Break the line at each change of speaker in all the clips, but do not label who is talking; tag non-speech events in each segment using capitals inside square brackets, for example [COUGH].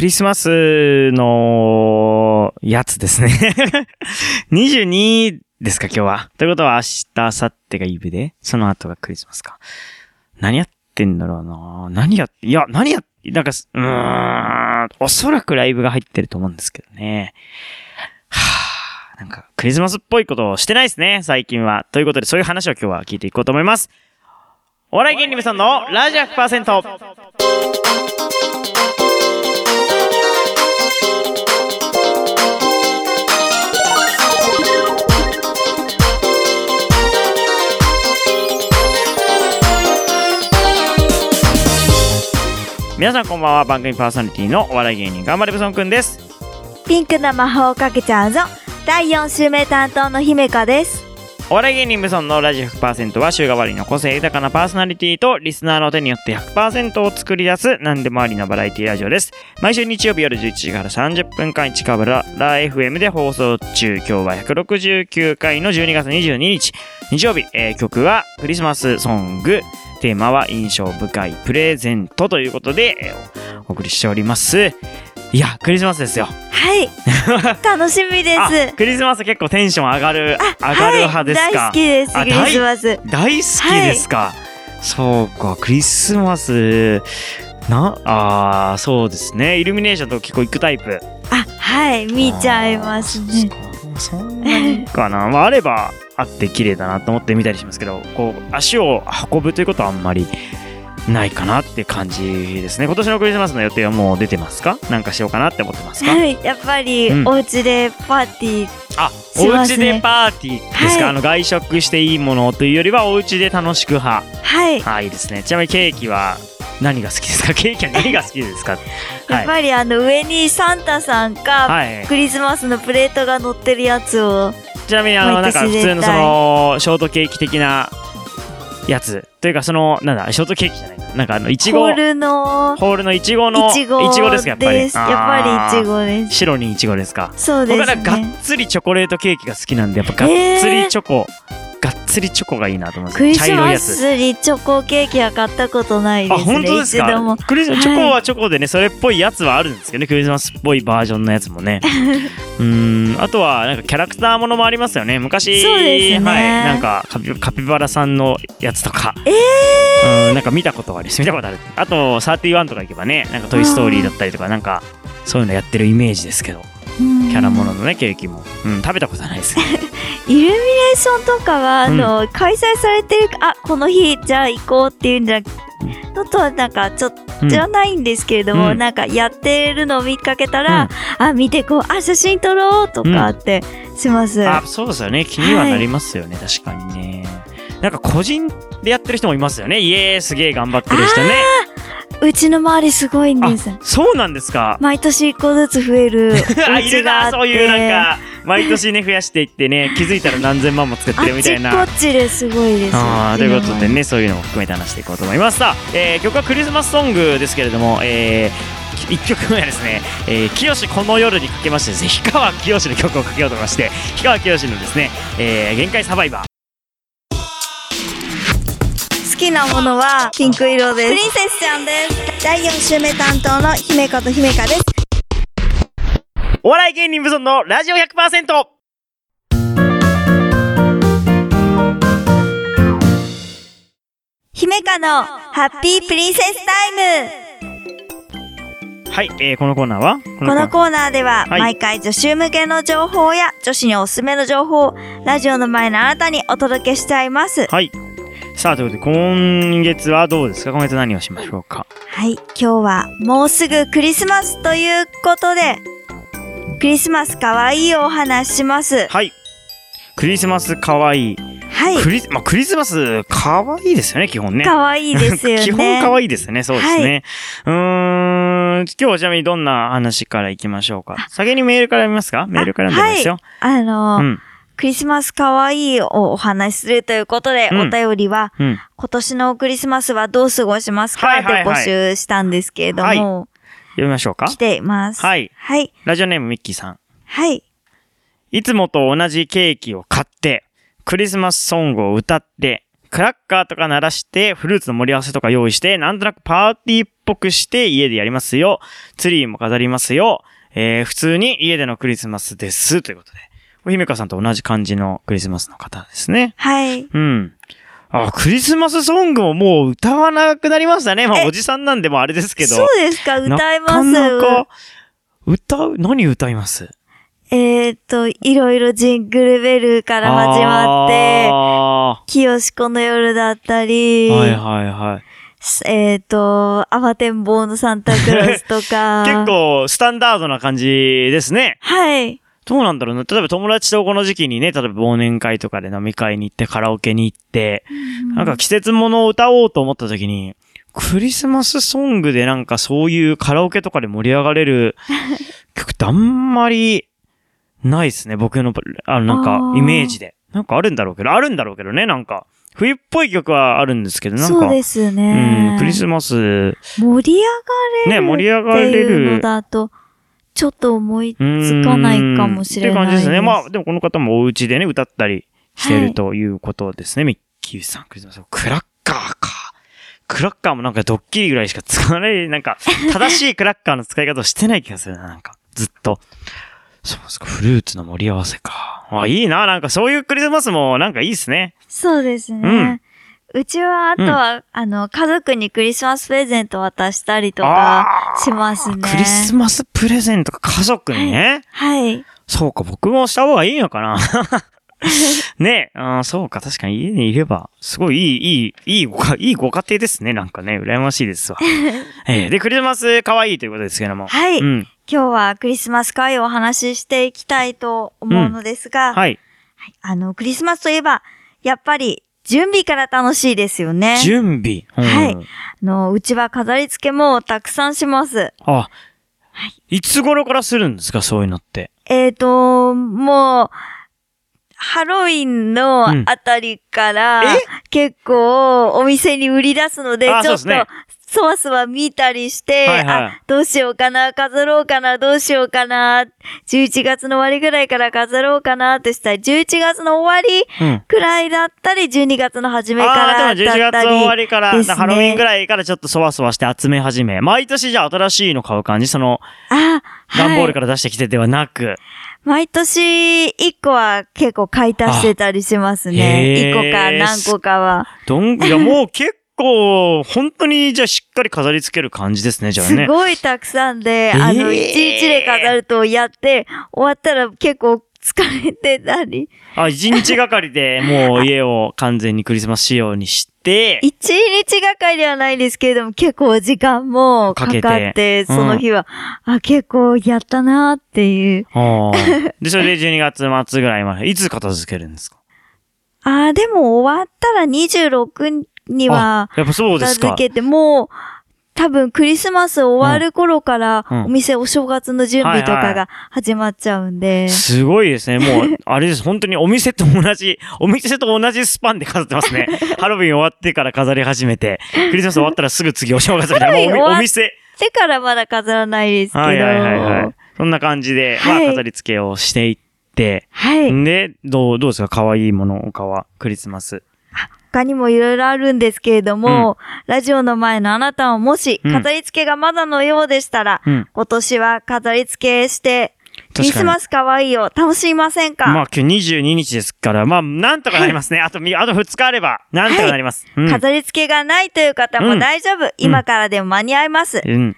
リスマスのやつですね。22ですか、今日は。ということは明日、明後日がイブで、その後がクリスマスか。何やってんだろうな何やって、いや、何やって、なんか、うーん、おそらくライブが入ってると思うんですけどね。はぁ、なんか、クリスマスっぽいことをしてないですね、最近は。ということで、そういう話を今日は聞いていこうと思います。お笑い芸人部さんのラジオ100%。皆さんこんばんは番組パーソナリティのお笑い芸人がんばれぶそんくんです
ピンクな魔法をかけちゃうぞ第4週目担当の姫香です
お笑い芸人ブソンのラジオ100%は週替わりの個性豊かなパーソナリティとリスナーの手によって100%を作り出す何でもありのバラエティラジオです。毎週日曜日夜11時から30分間近場ラ FM で放送中、今日は169回の12月22日、日曜日、えー曲はクリスマスソング、テーマは印象深いプレゼントということで、えーお送りしております。いや、クリスマスですよ。
はい [LAUGHS] 楽しみで
あ
す
クリスマス結構テンション上がる上がる派ですか、
はい、大好きです
あ
クリスマス
大好きですか、そうかクリスマスなあーそうですねイルミネーションとか結構行くタイプ
あはい見ちゃいますね
あーそうですかそんなにかな、まあ、あればあって綺麗だなと思って見たりしますけどこう足を運ぶということはあんまりないかなって感じですね今年のクリスマスの予定はもう出てますかなんかしようかなって思ってますか
はいやっぱり
うん
お家でパーティー、
あ、
し
お
ま
家
すね
でパーティーですか、
はい
あの外食していいものというよりはお家で楽しく派
はい
あいいですねちなみにケーキは何が好きですか [LAUGHS] ケーキは何が好きですか
やっぱりあの上にサンタさんか
はい
クリスマスのプレートが乗ってるやつを
ちなみにあのなん
毎
か
年
普通の
絶
そ
対
のショートケーキ的なやつというかそのなんだショートケーキじゃないななんかあのいち
ホ
ご
ールの
ホールのいちごの
いちごです
ですかやっぱり
やっぱりいち
あ
ごで
ー
す
白にいちごですか
そうで
僕は
す
がっ
ね
つりチョコレートケーキが好きなんでやっぱがっつりチョコ、がっつりチョコがいいなと思います
クリ
茶
ス
色い
マ
やつ
スにチョコケーキは買ったことないで
あ
すね
本当です
一度も
かクリス
はい
チョコはチョコでねそれっぽいやつはあるんですけどねクリスマスっぽいバージョンのやつも
[LAUGHS]
ねうーんあとはなんかキャラクターものもありますよね昔
そうですね
はい、なんかカピカピバラさんのやつとか
え
うーんなんか見たことはあるし見たことあるあと31とか行けばねなんか「トイ・ストーリー」だったりとかなんかそういうのやってるイメージですけど
ー、
キャラもの
うん
のねケーキも、うん、食べたことはないですね
[LAUGHS] イルミネーションとかはあの、開催されてるあこの日じゃあ行こうっていうんじゃのとはなんかちょっと
うん
じゃないんですけれども、
うん
なんかやってるのを見かけた
うん
ら、あ見てこうあ写真撮ろうとかってします、
あそうですよね気にはなりますよね、確かにねなんか個人でやってる人もいますよねイエーイすげえ頑張ってる人ね
うちの周りすごいんです
そうなんですか
毎年一個ずつ増える
[LAUGHS]
お
あい
家
る
があ
な
って
そういうなんか毎年ね増やしていってね [LAUGHS] 気づいたら何千万も作ってる
あっ
みた
ち
いな
こっちですごいです
あーということで
ね
ねそういうのも含めて話していこうと思いますさあ、えー曲はクリスマスソングですけれども、えーき一曲目はですね、えー、清この夜にかけましてですね、氷川きよしの曲をかけようと思いまして、氷川きよしのですね、えー限界サバイバー。
好きなものはピンク色ですプリンセスちゃんです第4週目担当の姫香と姫香です
お笑い芸人無尊のラジオ100%
姫香のハッピープリンセスタイム
はい、えーこのコーナーはこ
このコーナーでは
はい
毎回女子向けの情報や女子におすすめの情報をラジオの前のあなたにお届けしちゃいます。
はい。さあ、ということで、今月はどうですか今月何をしましょうか
はい、今日はもうすぐクリスマスということで、クリスマスかわいいお話します。
はい。クリスマスかわいい。
はい、
クリスまあ、クリスマスかわいいですよね、基本ね。
かわいいです [LAUGHS] よね。
基本かわいいですね、そうですね。うーん、今日はちなみにどんな話からいきましょうか。先にメールから見ますかメールから読んでますよ。
あの、
うん、
クリスマスかわいいをお話しするということで、
うん
お便りは、
うん。
今年のクリスマスはどう過ごしますか、
はいはいはい
って募集したんですけれども、
読みましょうか
来。ています。
はい。
はい。
ラジオネームミッキーさん。
はい。
いつもと同じケーキを買って、クリスマスソングを歌って、クラッカーとか鳴らして、フルーツの盛り合わせとか用意して、なんとなくパーティーっぽくして家でやりますよ。ツリーも飾りますよ。えー、普通に家でのクリスマスです。ということで。お姫香さんと同じ感じのクリスマスの方ですね。
はい。
うん。あ、クリスマスソングももう歌わなくなりましたね。まあ、
え
おじさんなんでもあれですけど。
そうですか、歌います。
なかなか、歌う、何歌います
えーっと、いろいろジングルベルから始まって、
あ
清しこの夜だったり、
ーはいはいはい。
えーっと、アバテンボーのサンタクロスと
[LAUGHS]
か。
結。構、スタンダードな感じですね。
はい。
どうなんだろうな。例えば友達とこの時期にね、例えば忘年会とかで飲み会に行ってカラオケに行って、なんか季節物を歌おうと思った時に、クリスマスソングでなんかそういうカラオケとかで盛り上がれ
[LAUGHS]
る曲ってあんまりないですね。僕の、あの、なん
あ
か
ー
イメージで。なんかあるんだろうけど、あるんだろうけどね、なんか。冬っぽい曲はあるんですけど、なんか。
そうです
う
ね
ん、。クリスマス、
盛り上がれ
ね、
る
盛り上が
って
れ
いうの
る。
だと、ちょっと思いつかないかもしれな
うーんって感
い
じ
で。
ですすね。まあ、でもこの方もお家でね、歌ったりしてるということですね。ミッキーさん、クリスマス。クラッカーか。クラッカーもなんかドッキリぐらいしか使わない、なんか、正しいクラッカーの使い方をしてない気がするな、なんか、ずっと。そうですか、フルーツの盛り合わせか。あ、いいな、なんかそういうクリスマスもなんかいいですね。
そうですね。うちは、あとは、あの、家族にクリスマスプレゼント渡したりとか
あー
しますね。
クリスマスプレゼントか家族にね。
はい。
そうか、僕もした方がいいのかな [LAUGHS] ね [LAUGHS] え、あーそうか、確かに家にいれば、すごいいい、いい、いいごか、いいご家庭ですね、なんかね、羨ましいです
[LAUGHS]
わ。えーで、クリスマス可愛いということですけども。
はい。
うん。
今日はクリスマス会をお話ししていきたいと思うのですが、
はい。
あの、クリスマスといえば、やっぱり、準備から楽しいですよね。
準備。うん
はいあの、うちは飾り付けもたくさんします。
あ、いつ頃からするんですか、そういうのって。
えっ、ー、と、もう、ハロウィンの
うん
あたりから、
え
結構お店に売り出すので、ちょ
あ
っと
そうですね
そわそわ見たりして、
はいはい
あ、どうしようかな、飾ろうかな、どうしようかな、11月の終わりぐらいから飾ろうかなってしたら、11月の終わり
うん。
くらいだったり、12月の初めか
あ
ら
あ、でも
だ
11
った
月終わ
り、
りから、
ですね
ハロウィンぐらいからちょっとそわそわして集め始め。毎年じゃあ新しいの買う感じその、
あ、
段ボー
は
ル
い。
から出してきてではなく。
毎年1個は結構買い足してたりしますね。
あ
1個か
へー
何個かは。
どん、いや、もう結構、本当に、じゃあしっかり飾り付ける感じですね、じゃあね。
すごいたくさんで、
えー
あの、一日で飾るとやって、終わったら結構疲れてたり、
あ、一日がかりでもう家を完全にクリスマス仕様にして、
一日がかりではないですけれども、結構時間もかかって、
かけ
その日は、あ、結構やったなっていう。
あーで、それで12月末ぐらいまで、いつ片付けるんですか
あ、でも終わったら26に
あ
は、
やっぱそうで
片
すか
付。けて、もう、多分クリスマス終わる頃から、
うんうん
お店お正月の準備と
はいは
か
い
が始まっちゃうんで。
すごいですね。もう、あれです。本当にお店と同じ、お店と同じスパンで飾ってます
[LAUGHS]
ね。ハロウィン終わってから飾り始めて、クリスマス終わったらすぐ次お正月みたいな、
ハロウィン終
もうお
わっ
お店。
だからまだ飾らないですけど。
はいはいはいはい。そんな感じで、まあ
はい
飾り付けをしていって、
はい。
で、どう、どうですか可愛いもの、他は、クリスマス。
他にもいろいろあるんですけれども、ラジオの前のあなたはもし、
うん
飾り付けがまだのようでしたら、
うん。
今年は飾り付けして、クリスマ
ス
ス可愛いを楽しみませんか、
まあ今日22日ですから、まあなんとかなりますね。あとみ、あと2日あれば、なんとかなります。うん
飾り付けがないという方も大丈夫。今からでも間に合います。
うん。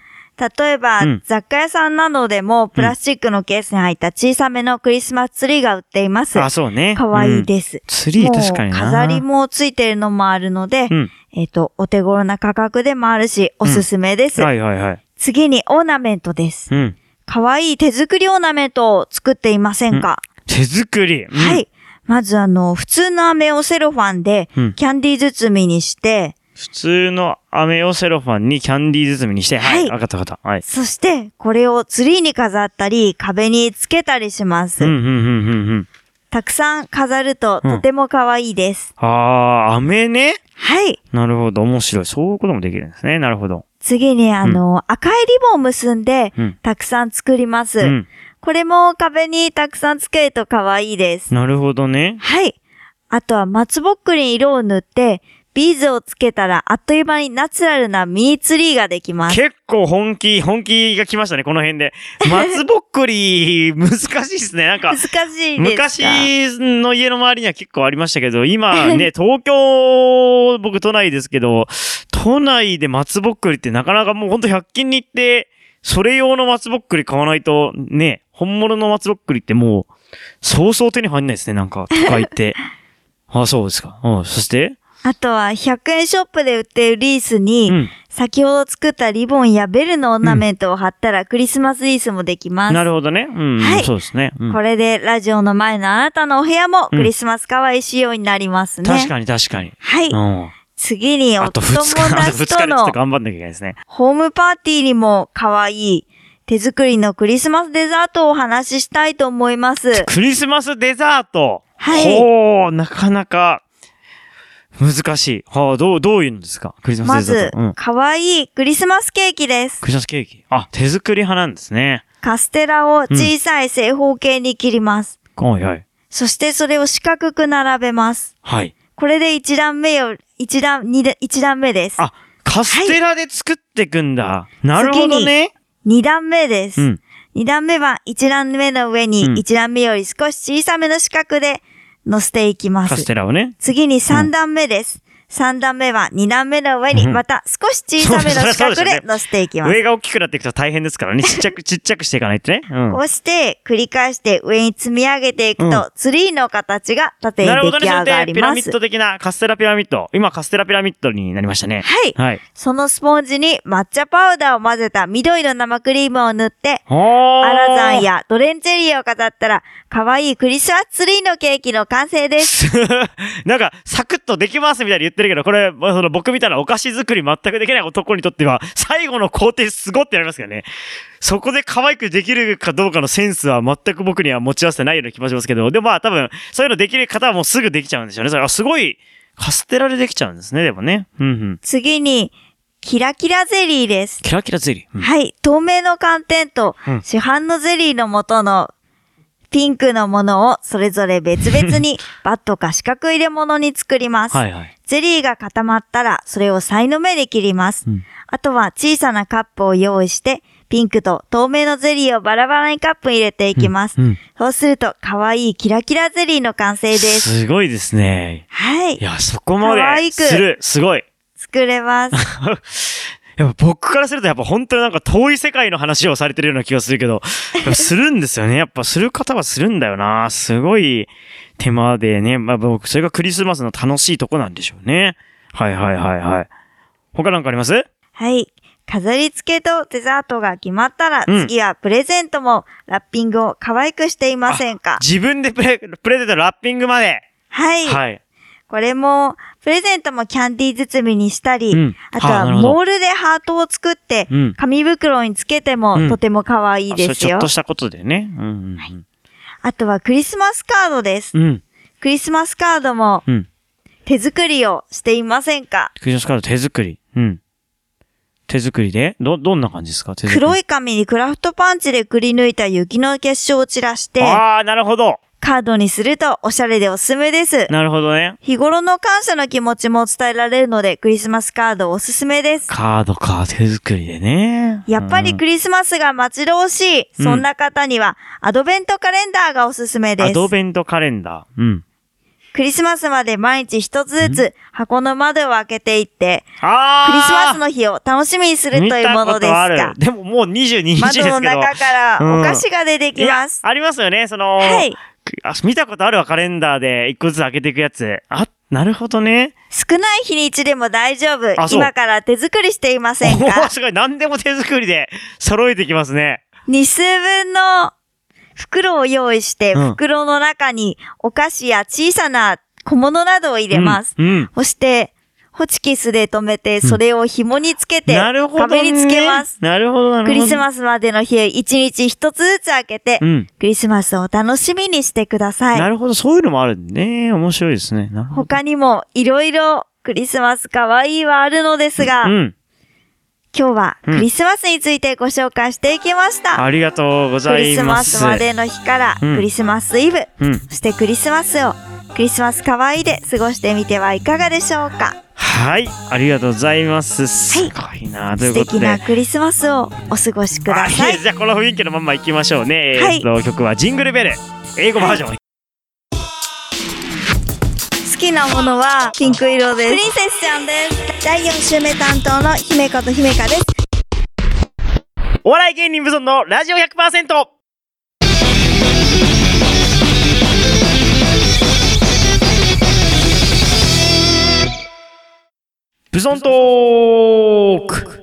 例えば、
うん
雑貨屋さんなどでも、プラスチックのケースに入った小さめのクリスマスツリーが売っています。
あ、そうね。
可愛い
うん。
です。
ツリー
もう
確かにな。
飾りもついてるのもあるので、
うん。
えっ、と、お手頃な価格でもあるし、おすすめです。
はいはいはい。
次にオーナメントです。
うん。
かわいい手作りオーナメントを作っていませんか、
手作り。うん
は。い。まずあの、普通の飴をセロファンで
うん、
キャンディー包みにして、
普通の飴をセロファンにキャンディー包みにして、は。
はいい
わかったわかった。はい。
そして、これをツリーに飾ったり、壁につけたりします。
うんうんうんうんうん。
たくさん飾ると、
うん
とてもかわいいです。
あー、飴ね。
はい。
なるほど。面白い。そういうこともできるんですね。なるほど。
次にあの、赤いリボンを結んで、
うん。
たくさん作りま
う
す。
ん。
これも壁にたくさんつけるとかわいいです。
なるほどね。
はい。あとは松ぼっくりに色を塗って、ビーズをつけたらあっという間にナチュラルなミニツリーができます。
結構本気、本気が来ましたね、この
[LAUGHS]
辺で。松ぼっくり、難しいですね。なんか
難、しいですか
昔の家の周りには結構ありましたけど、今
[LAUGHS]
ね、東京、僕都内ですけど、都内で松ぼっくりってなかなかもうほんと100均に行って、それ用の松ぼっくり買わないと、ね、本物の松ぼっくりってもう、そうそう手に入んないですね、なんか、都会
[LAUGHS]
って。あ、そうですか。うん、そして
あとは100円ショップで売っているリースに、
うん。
先ほど作ったリボンやベルのオーナメントを貼ったらクリスマスイースもできます。
なるほどね。うん、
はい
そうですね。うん
これでラジオの前のあなたのお部屋もクリスマス可愛い仕様になりますね。
確かに確かに。
はい。
うん。
次にお
あと
友
2日、あと2日
達と
でちょっ
の
と頑張んなきゃいけないですね。
ホームパーティーにも可愛い手作りのクリスマスデザートをお話ししたいと思います。
クリスマスデザート
はい
ほう、なかなか、難しい。はあ、どう、どういうんですかクリスマ
ま
スデザー
ず
ト。うん、。
可愛いクリスマスケーキです。
クリスマスケーキ。あ、手作り派なんですね。
カステラを小さい正方形に切ります。
はいはい。
そしてそれを四角く並べます。
はい。
これで一段目よ、一段、二段、一段目です。
あ、カステラで作っていくんだ。なるほどね。
二段目です。
うん。
二段目は一段目の上
うん
に一段目より少し小さめの四角で乗せていきま
カス
す。
テラをね。
次に三段目です。三段目は二段目の上に
うん
また少し小さめの四
そうで
角
すね
で乗せていきます。
上が大きくなっていくと大変ですからね。ちっちゃく、ちっちゃくしていかないとね。うん。
こうして繰り返して上に積み上げていく
う
とツリーの形が縦に
なる
出
ほ
来
どね。そ
上が
れで
り
ピラ
ま
ミッ
す。
ド的なカステラピラミッド。今カステラピラミッドになりましたね。
はい。
はい。
そのスポンジに抹茶パウダーを混ぜた緑の生クリームを塗って、
はあ。
アラザンやドレンチェリーを飾ったら、可愛いクリスマスツリーのケーキの完成です。
[LAUGHS] なんか、サクッとできますみたいに言ってるけど、これ、まあその僕みたいなお菓子作り全くできない男にとっては、最後の工程すごってなりますけどね。そこで可愛くできるかどうかのセンスは全く僕には持ち合わせてないような気もしますけど、でもまあ多分、そういうのできる方はもうすぐできちゃうんでしょうね。それはすごい、カステラでできちゃうんですね、でもね。うんうん。
次に、キラキラゼリーです。
キラキラゼリー。うん
はい、透明の寒天と
うん
市販のゼリーの元のピンクのものをそれぞれ別々に [LAUGHS] バットか四角入れ物に作ります。
はいはい。
ゼリーが固まったらそれをサイの目で切ります。
うん
あとは小さなカップを用意してピンクと透明のゼリーをバラバラにカップに入れていきます。
うんうん
そうすると可愛いキラキラゼリーの完成です。
すごいですね。
はいい、
や、そこま
可愛
で
く
する。すごい。
作れます。
やっぱ僕からするとやっぱ本当になんか遠い世界の話をされてるような気がするけど、やっぱするんですよね。やっぱする方はするんだよな。すごい手間でね。まあ僕、それがクリスマスの楽しいとこなんでしょうね。はいはいはいはい。他なんかあります
はい。飾り付けとデザートが決まったら、
うん
次はプレゼントもラッピングを可愛くしていませんか
自分でプレ、プレゼントラッピングまで。
はい、
はい。
これも、プレゼントもキャンディー包みにしたり、
うん
あと
はあな
は
るほど
モールでハートを作って
うん、
紙袋につけても、
うん
とても可愛い
あそ
で
れ
す
ちょ
よ
っと。したことでね。うんうん
あとはクリスマスカードです。
うん。うん。
クリスマスカードも
うん。
手作りをしていませんか
クリスマスカード手作り。うん。手作りでど、どんな感じですか手作り。
黒い紙にクラフトパンチでくり抜いた雪の結晶を散らして、
ああ、なるほど。
カードにするとおしゃれでおすすめです。
なるほどね。
日頃の感謝の気持ちも伝えられるので、クリスマスカードおすすめです。
カードか、手作りでね。
やっぱりクリスマスが待ち遠しい、
うん
そんな方には、アドベントカレンダーがおすすめ
うん
で
ア
す。
ドベントカレンダー。うん。
クリスマスまで毎日一つずつ箱の窓を開けていって、
あー
クリスマスの日を楽しみにするというもの
見たこ
です
とあ
が
る、でももう22日ですけ
窓
ど。
の中からお菓子が出てきま
い。
す
やありますよね、その、
はい
あ見たことあるわ、カレンダーで一個ずつ開けていくやつ。あ、なるほどね。
少ない日にちでも大丈夫
あ。そう
今から手作りしていません
おー
か
すごい、何でも手作りで揃えてきますね。
2数分の袋を用意して、
うん
袋の中にお菓子や小さな小物などを入れます。
うん。うん
そして、ホチキスで留めて、それを紐につけて、
なるほど、ね。
壁につけます。。
なるほど、なるほ
ク
ど。
リスマスまでの日、一日一つずつ開けて、
うん。
クリスマスを楽しみにしてくださ。
ないるほど、そういうのもあるね。面白いですね。なるほど。
他にも、いろいろクリスマス可愛いはあるのですが、
うん。
今日は
うん
クリスマスについてご紹介していきました。
ありがとうご
ク
ざ
リ
い
ス
ま
マ
す。
スまでの日から
うん
クリスマスイブ、
うん。
そしてクリスマスをクリスマス可愛いで過ごしてみてはいかがでしょうか
はい、ありがとうございます。すごいな、というこ
素
と
敵
で
な。クリスマスをお過ごしくださ
はいい、じゃあこの雰囲気のまんまいきましょうね。
はい
えーっと曲はジングルベル、英語バージョン。
好きなものはピンク色ですプリンセスちゃんです第4週目担当の姫子と姫香
[LAUGHS]
です
お笑い芸人無存のラジオ100%。ブソントーク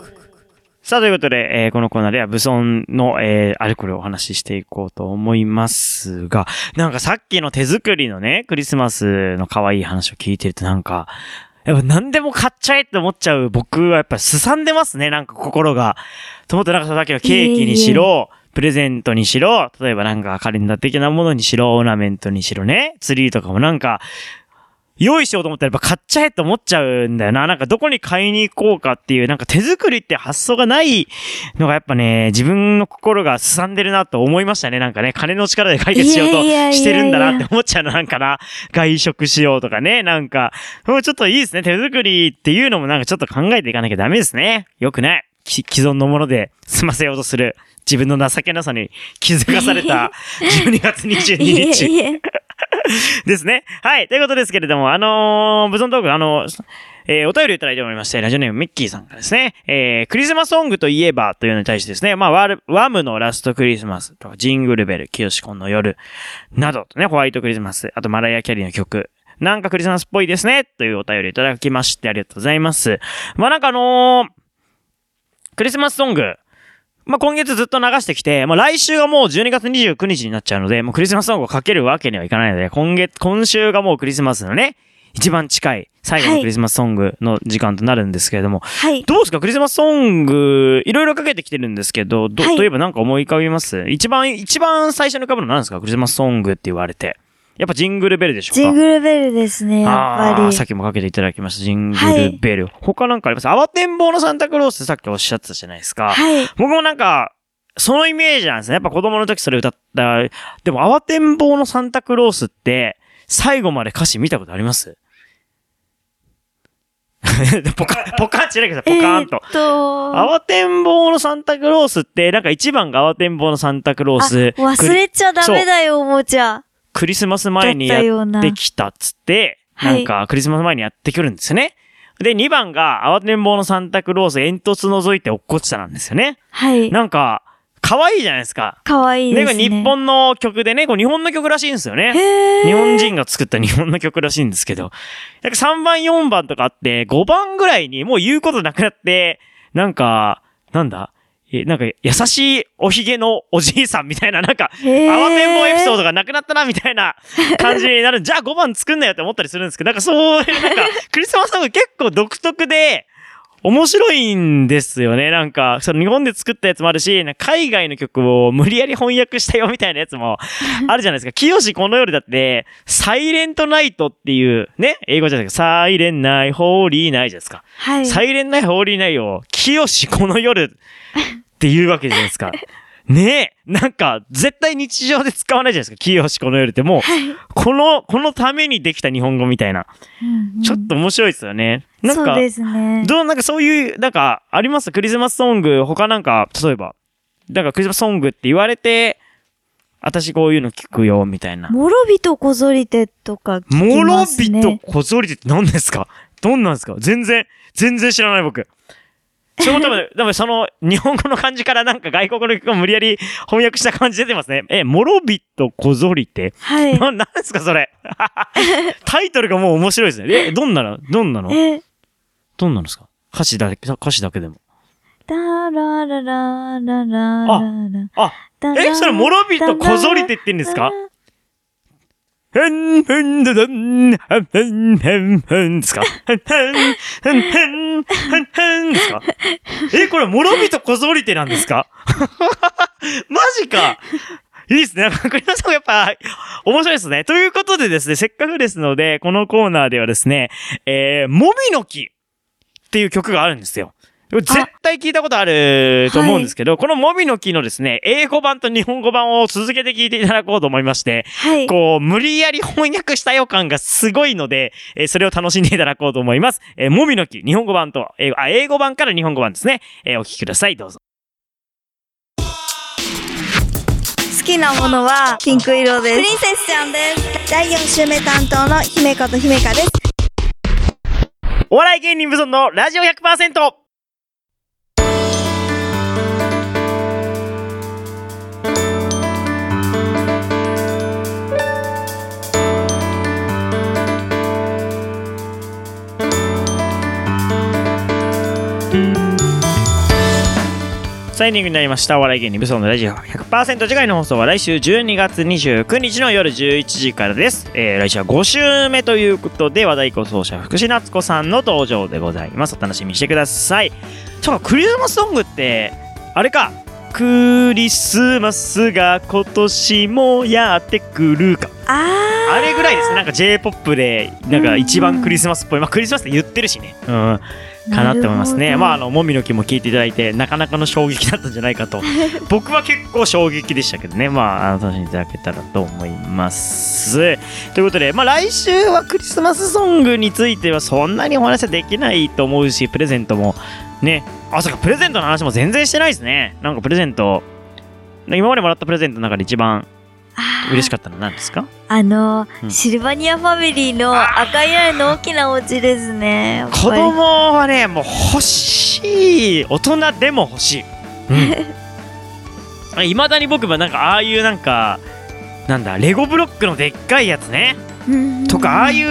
さあ、ということで、えーこのコーナーでは、ブソンの、えーあれこれをお話ししていこうと思いますが、なんかさっきの手作りのね、クリスマスの可愛い話を聞いてるとなんか、やっぱ何でも買っちゃえって思っちゃう僕はやっぱすさんでますね、なんか心が。と思ってなんかさっきのケーキにしろ、プレゼントにしろ、例えばなんかカレンダー的なものにしろ、オーナメントにしろね、ツリーとかもなんか、用意しようと思ったらやっぱ買っちゃえって思っちゃうんだよな。なんかどこに買いに行こうかっていう、なんか手作りって発想がないのがやっぱね、自分の心がすさんでるなと思いましたね。なんかね、金の力で解決しようと
いやいやいやいや
してるんだなって思っちゃうのなんかな。外食しようとかね、なんか。もうちょっといいですね。手作りっていうのもなんかちょっと考えていかなきゃダメですね。よくない。き既存のもので済ませようとする自分の情けなさに気づかされた12月22
いえ
日
いえ
[LAUGHS] ですね。はい。ということですけれども、あのー、ブソントーク、あのーえーお便りをいただいておりまして、ラジオネームミッキーさんからですね、えー、クリスマスソングといえばというのに対してですね、まあ、ワルワムのラストクリスマスとか、ジングルベル、キヨシコンの夜、などとね、ホワイトクリスマス、あとマライア・キャリーの曲、なんかクリスマスっぽいですね、というお便りをいただきまして、ありがとうございます。まあ、なんかあのークリスマスソング、まあ、今月ずっと流してきて、まあ、来週がもう12月29日になっちゃうので、もうクリスマスソングをかけるわけにはいかないので、今月、今週がもうクリスマスのね、一番近い、最後
は
の
い
クリスマスソングの時間となるんですけれども、
はい
どうですかクリスマスソング、いろいろかけてきてるんですけど、ど、
はい
といえばなんか思い浮かびます一番、一番最初に浮かぶの何ですかクリスマスソングって言われて。やっぱジングルベルでしょうか
ジングルベルですねやっ
あ
ぱ
あー、
り
さっきもかけていただきました。ジングルベル。他なんかあります慌てんぼうのサンタクロースってさっきおっしゃってたじゃないですか。
はい
僕もなんか、そのイメージなんですね。やっぱ子供の時それ歌った。でも、慌てんぼうのサンタクロースって、最後まで歌詞見たことあります [LAUGHS] ポカ、ポカンじゃないけど、ポカーンと。
えーっと
慌てんぼうのサンタクロースって、なんか一番が慌てんぼうのサンタクロース。
あ忘れちゃダメだよおもちゃ
クリスマス
だ
前
っ
に
た
やっ
ような
できたっつって、
は
なん
い
かクリスマス前にやってくるんですよね。で、2番が、慌てんぼうのサンタクロース煙突覗いて落っこちたなんですよね。
はい
なんか、可愛いじゃないですか。
可愛い
ね、
で
こ
す
れ
ね
日本の曲でね、これ日本の曲らしいんですよね。
へー
日本人が作った日本の曲らしいんですけど、なんか3番、4番とかあって、5番ぐらいにもう言うことなくなって、なんか、なんだえ、なんか、優しいおひげのおじいさんみたいな、なんか、
へー
慌てんぼうエピソードがなくなったな、みたいな感じになる。じゃあ5番作んなよって思ったりするんですけど、なんかそういう、なんか、クリスマスソング結構独特で、面白いんですよね。なんか、その日本で作ったやつもあるし、なんか海外の曲を無理やり翻訳したよみたいなやつもあるじゃないですか。清この夜だって、サイレントナイトっていう、ね、英語じゃないですか。サイレンナイ、ホーリーナイじゃないですか。
はい
サイレンナイホーリーナイを、清この夜っていうわけじゃない
[LAUGHS]
ですか。ねえ、なんか、絶対日常で使わないじゃないですか。清この夜ってもう、この、このためにできた日本語みたいな。
うんうん
ちょっと面白いですよね。なん
そう
か、
ですね
どう、なんかそういう、なんか、ありますクリスマスソング、他なんか、例えば、なんかクリスマスソングって言われて、私こういうの聞くよ、みたいな。
もろびとこぞりてとか聞
も
き
ろ
ます
び
ね。
とこぞりてって何ですかどんなんですか全然、全然知らない僕。その多分、 [LAUGHS] 多分その日本語の漢字からなんか外国の曲を無理やり翻訳した感じ出てますね。え、もろびとこぞりて
はい。
な、なんですかそれ。 [LAUGHS] タイトルがもう面白いですね。え、どんなのどんなの
え、
どんなのですか歌詞だけ、歌詞だけでも。
だららら
あ
らららら。
あ、
だら
え、それ、もろびとこぞりてって言うんですかふんふんどどん、ふんふんふんふんですかふんふん、ふんふん、ふんふんですかえ、これ、もろびとこぞりてなんですか [LAUGHS] マジかいいですね。クリマさんもやっぱ、面白いですね。ということでですね、せっかくですので、このコーナーではですね、えー、もみの木っていう曲があるんですよ。絶対聞いたことあると思うんですけど、このモビの木のですね、英語版と日本語版を続けて聞いていただこうと思いまして、
はい。
[LAUGHS] こう、無理やり翻訳した予感がすごいので、えーそれを楽しんでいただこうと思います。えー、もみの木、日本語版と、英語、あ、英語版から日本語版ですね。えーお聞きください。どうぞ。
好きなものはピンク色です。プリンセスちゃんです。第4週目担当の姫子と姫香です。
お笑い芸人無尊のラジオ 100%! サイニングになりました。お笑い芸人、武装のラジオ100%次回の放送は来週12月29日の夜11時からです。えー、来週は5週目ということで、話題構想者、福士夏子さんの登場でございます。お楽しみにしてください。そうか、クリスマスソングって、あれか。クリスマスが今年もやってくるか。
あー。
あれぐらいですね。なんか J-POP で、なんか一
うんう
番
ん
クリスマスっぽい。まあクリスマスって言ってるしね。うん。かなって思いますね。まあ、あの、もみの木も聞いていただいて、なかなかの衝撃だったんじゃないかと。僕は結構衝撃でしたけどね。まあ、あの、楽しんでいただけたらと思います。ということで、まあ、来週はクリスマスソングについてはそんなにお話はできないと思うし、プレゼントも、ね。あ、そうか、プレゼントの話も全然してないですね。なんかプレゼント、今までもらったプレゼントの中で一番嬉し
か
かったのは何ですか
あの、
うん
シルバニアファミリーの赤い屋根の大きなお家ですね。やっぱり
子供はねもう欲しい大人でも欲し [LAUGHS] いいまだに僕はなんかああいうなんかなんだレゴブロックのでっかいやつね
うんうん
とかああいう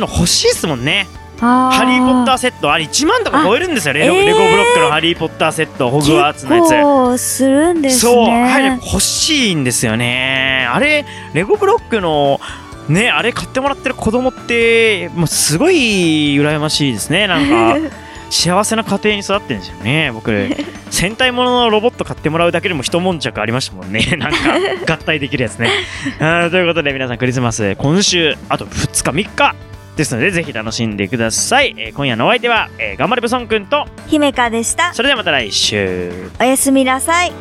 の欲しいっすもんね「
あ
ハリー・ポッター」
ー
セットあれ1万とか超えるんですよレゴ,、
えー
レゴブロックの「ハリー・ポッター」セットホグワーツのやつ
結構するんですね。
そうあれ欲しいんですよねあれレゴブロックのねあれ買ってもらってる子供ってもうすごい羨ましいですねなん
[LAUGHS]
か幸せな家庭に育ってるんですよね僕戦隊もののロボット買ってもらうだけでも一悶着ありましたもんね [LAUGHS] なんか合体できるやつねあーということで皆さんクリスマス今週あと2日3日ですのでぜひ楽しんでください、えー今夜のお相手は、えー、頑張れブソンくんと
姫香でした。
それではまた来週
おやすみなさい。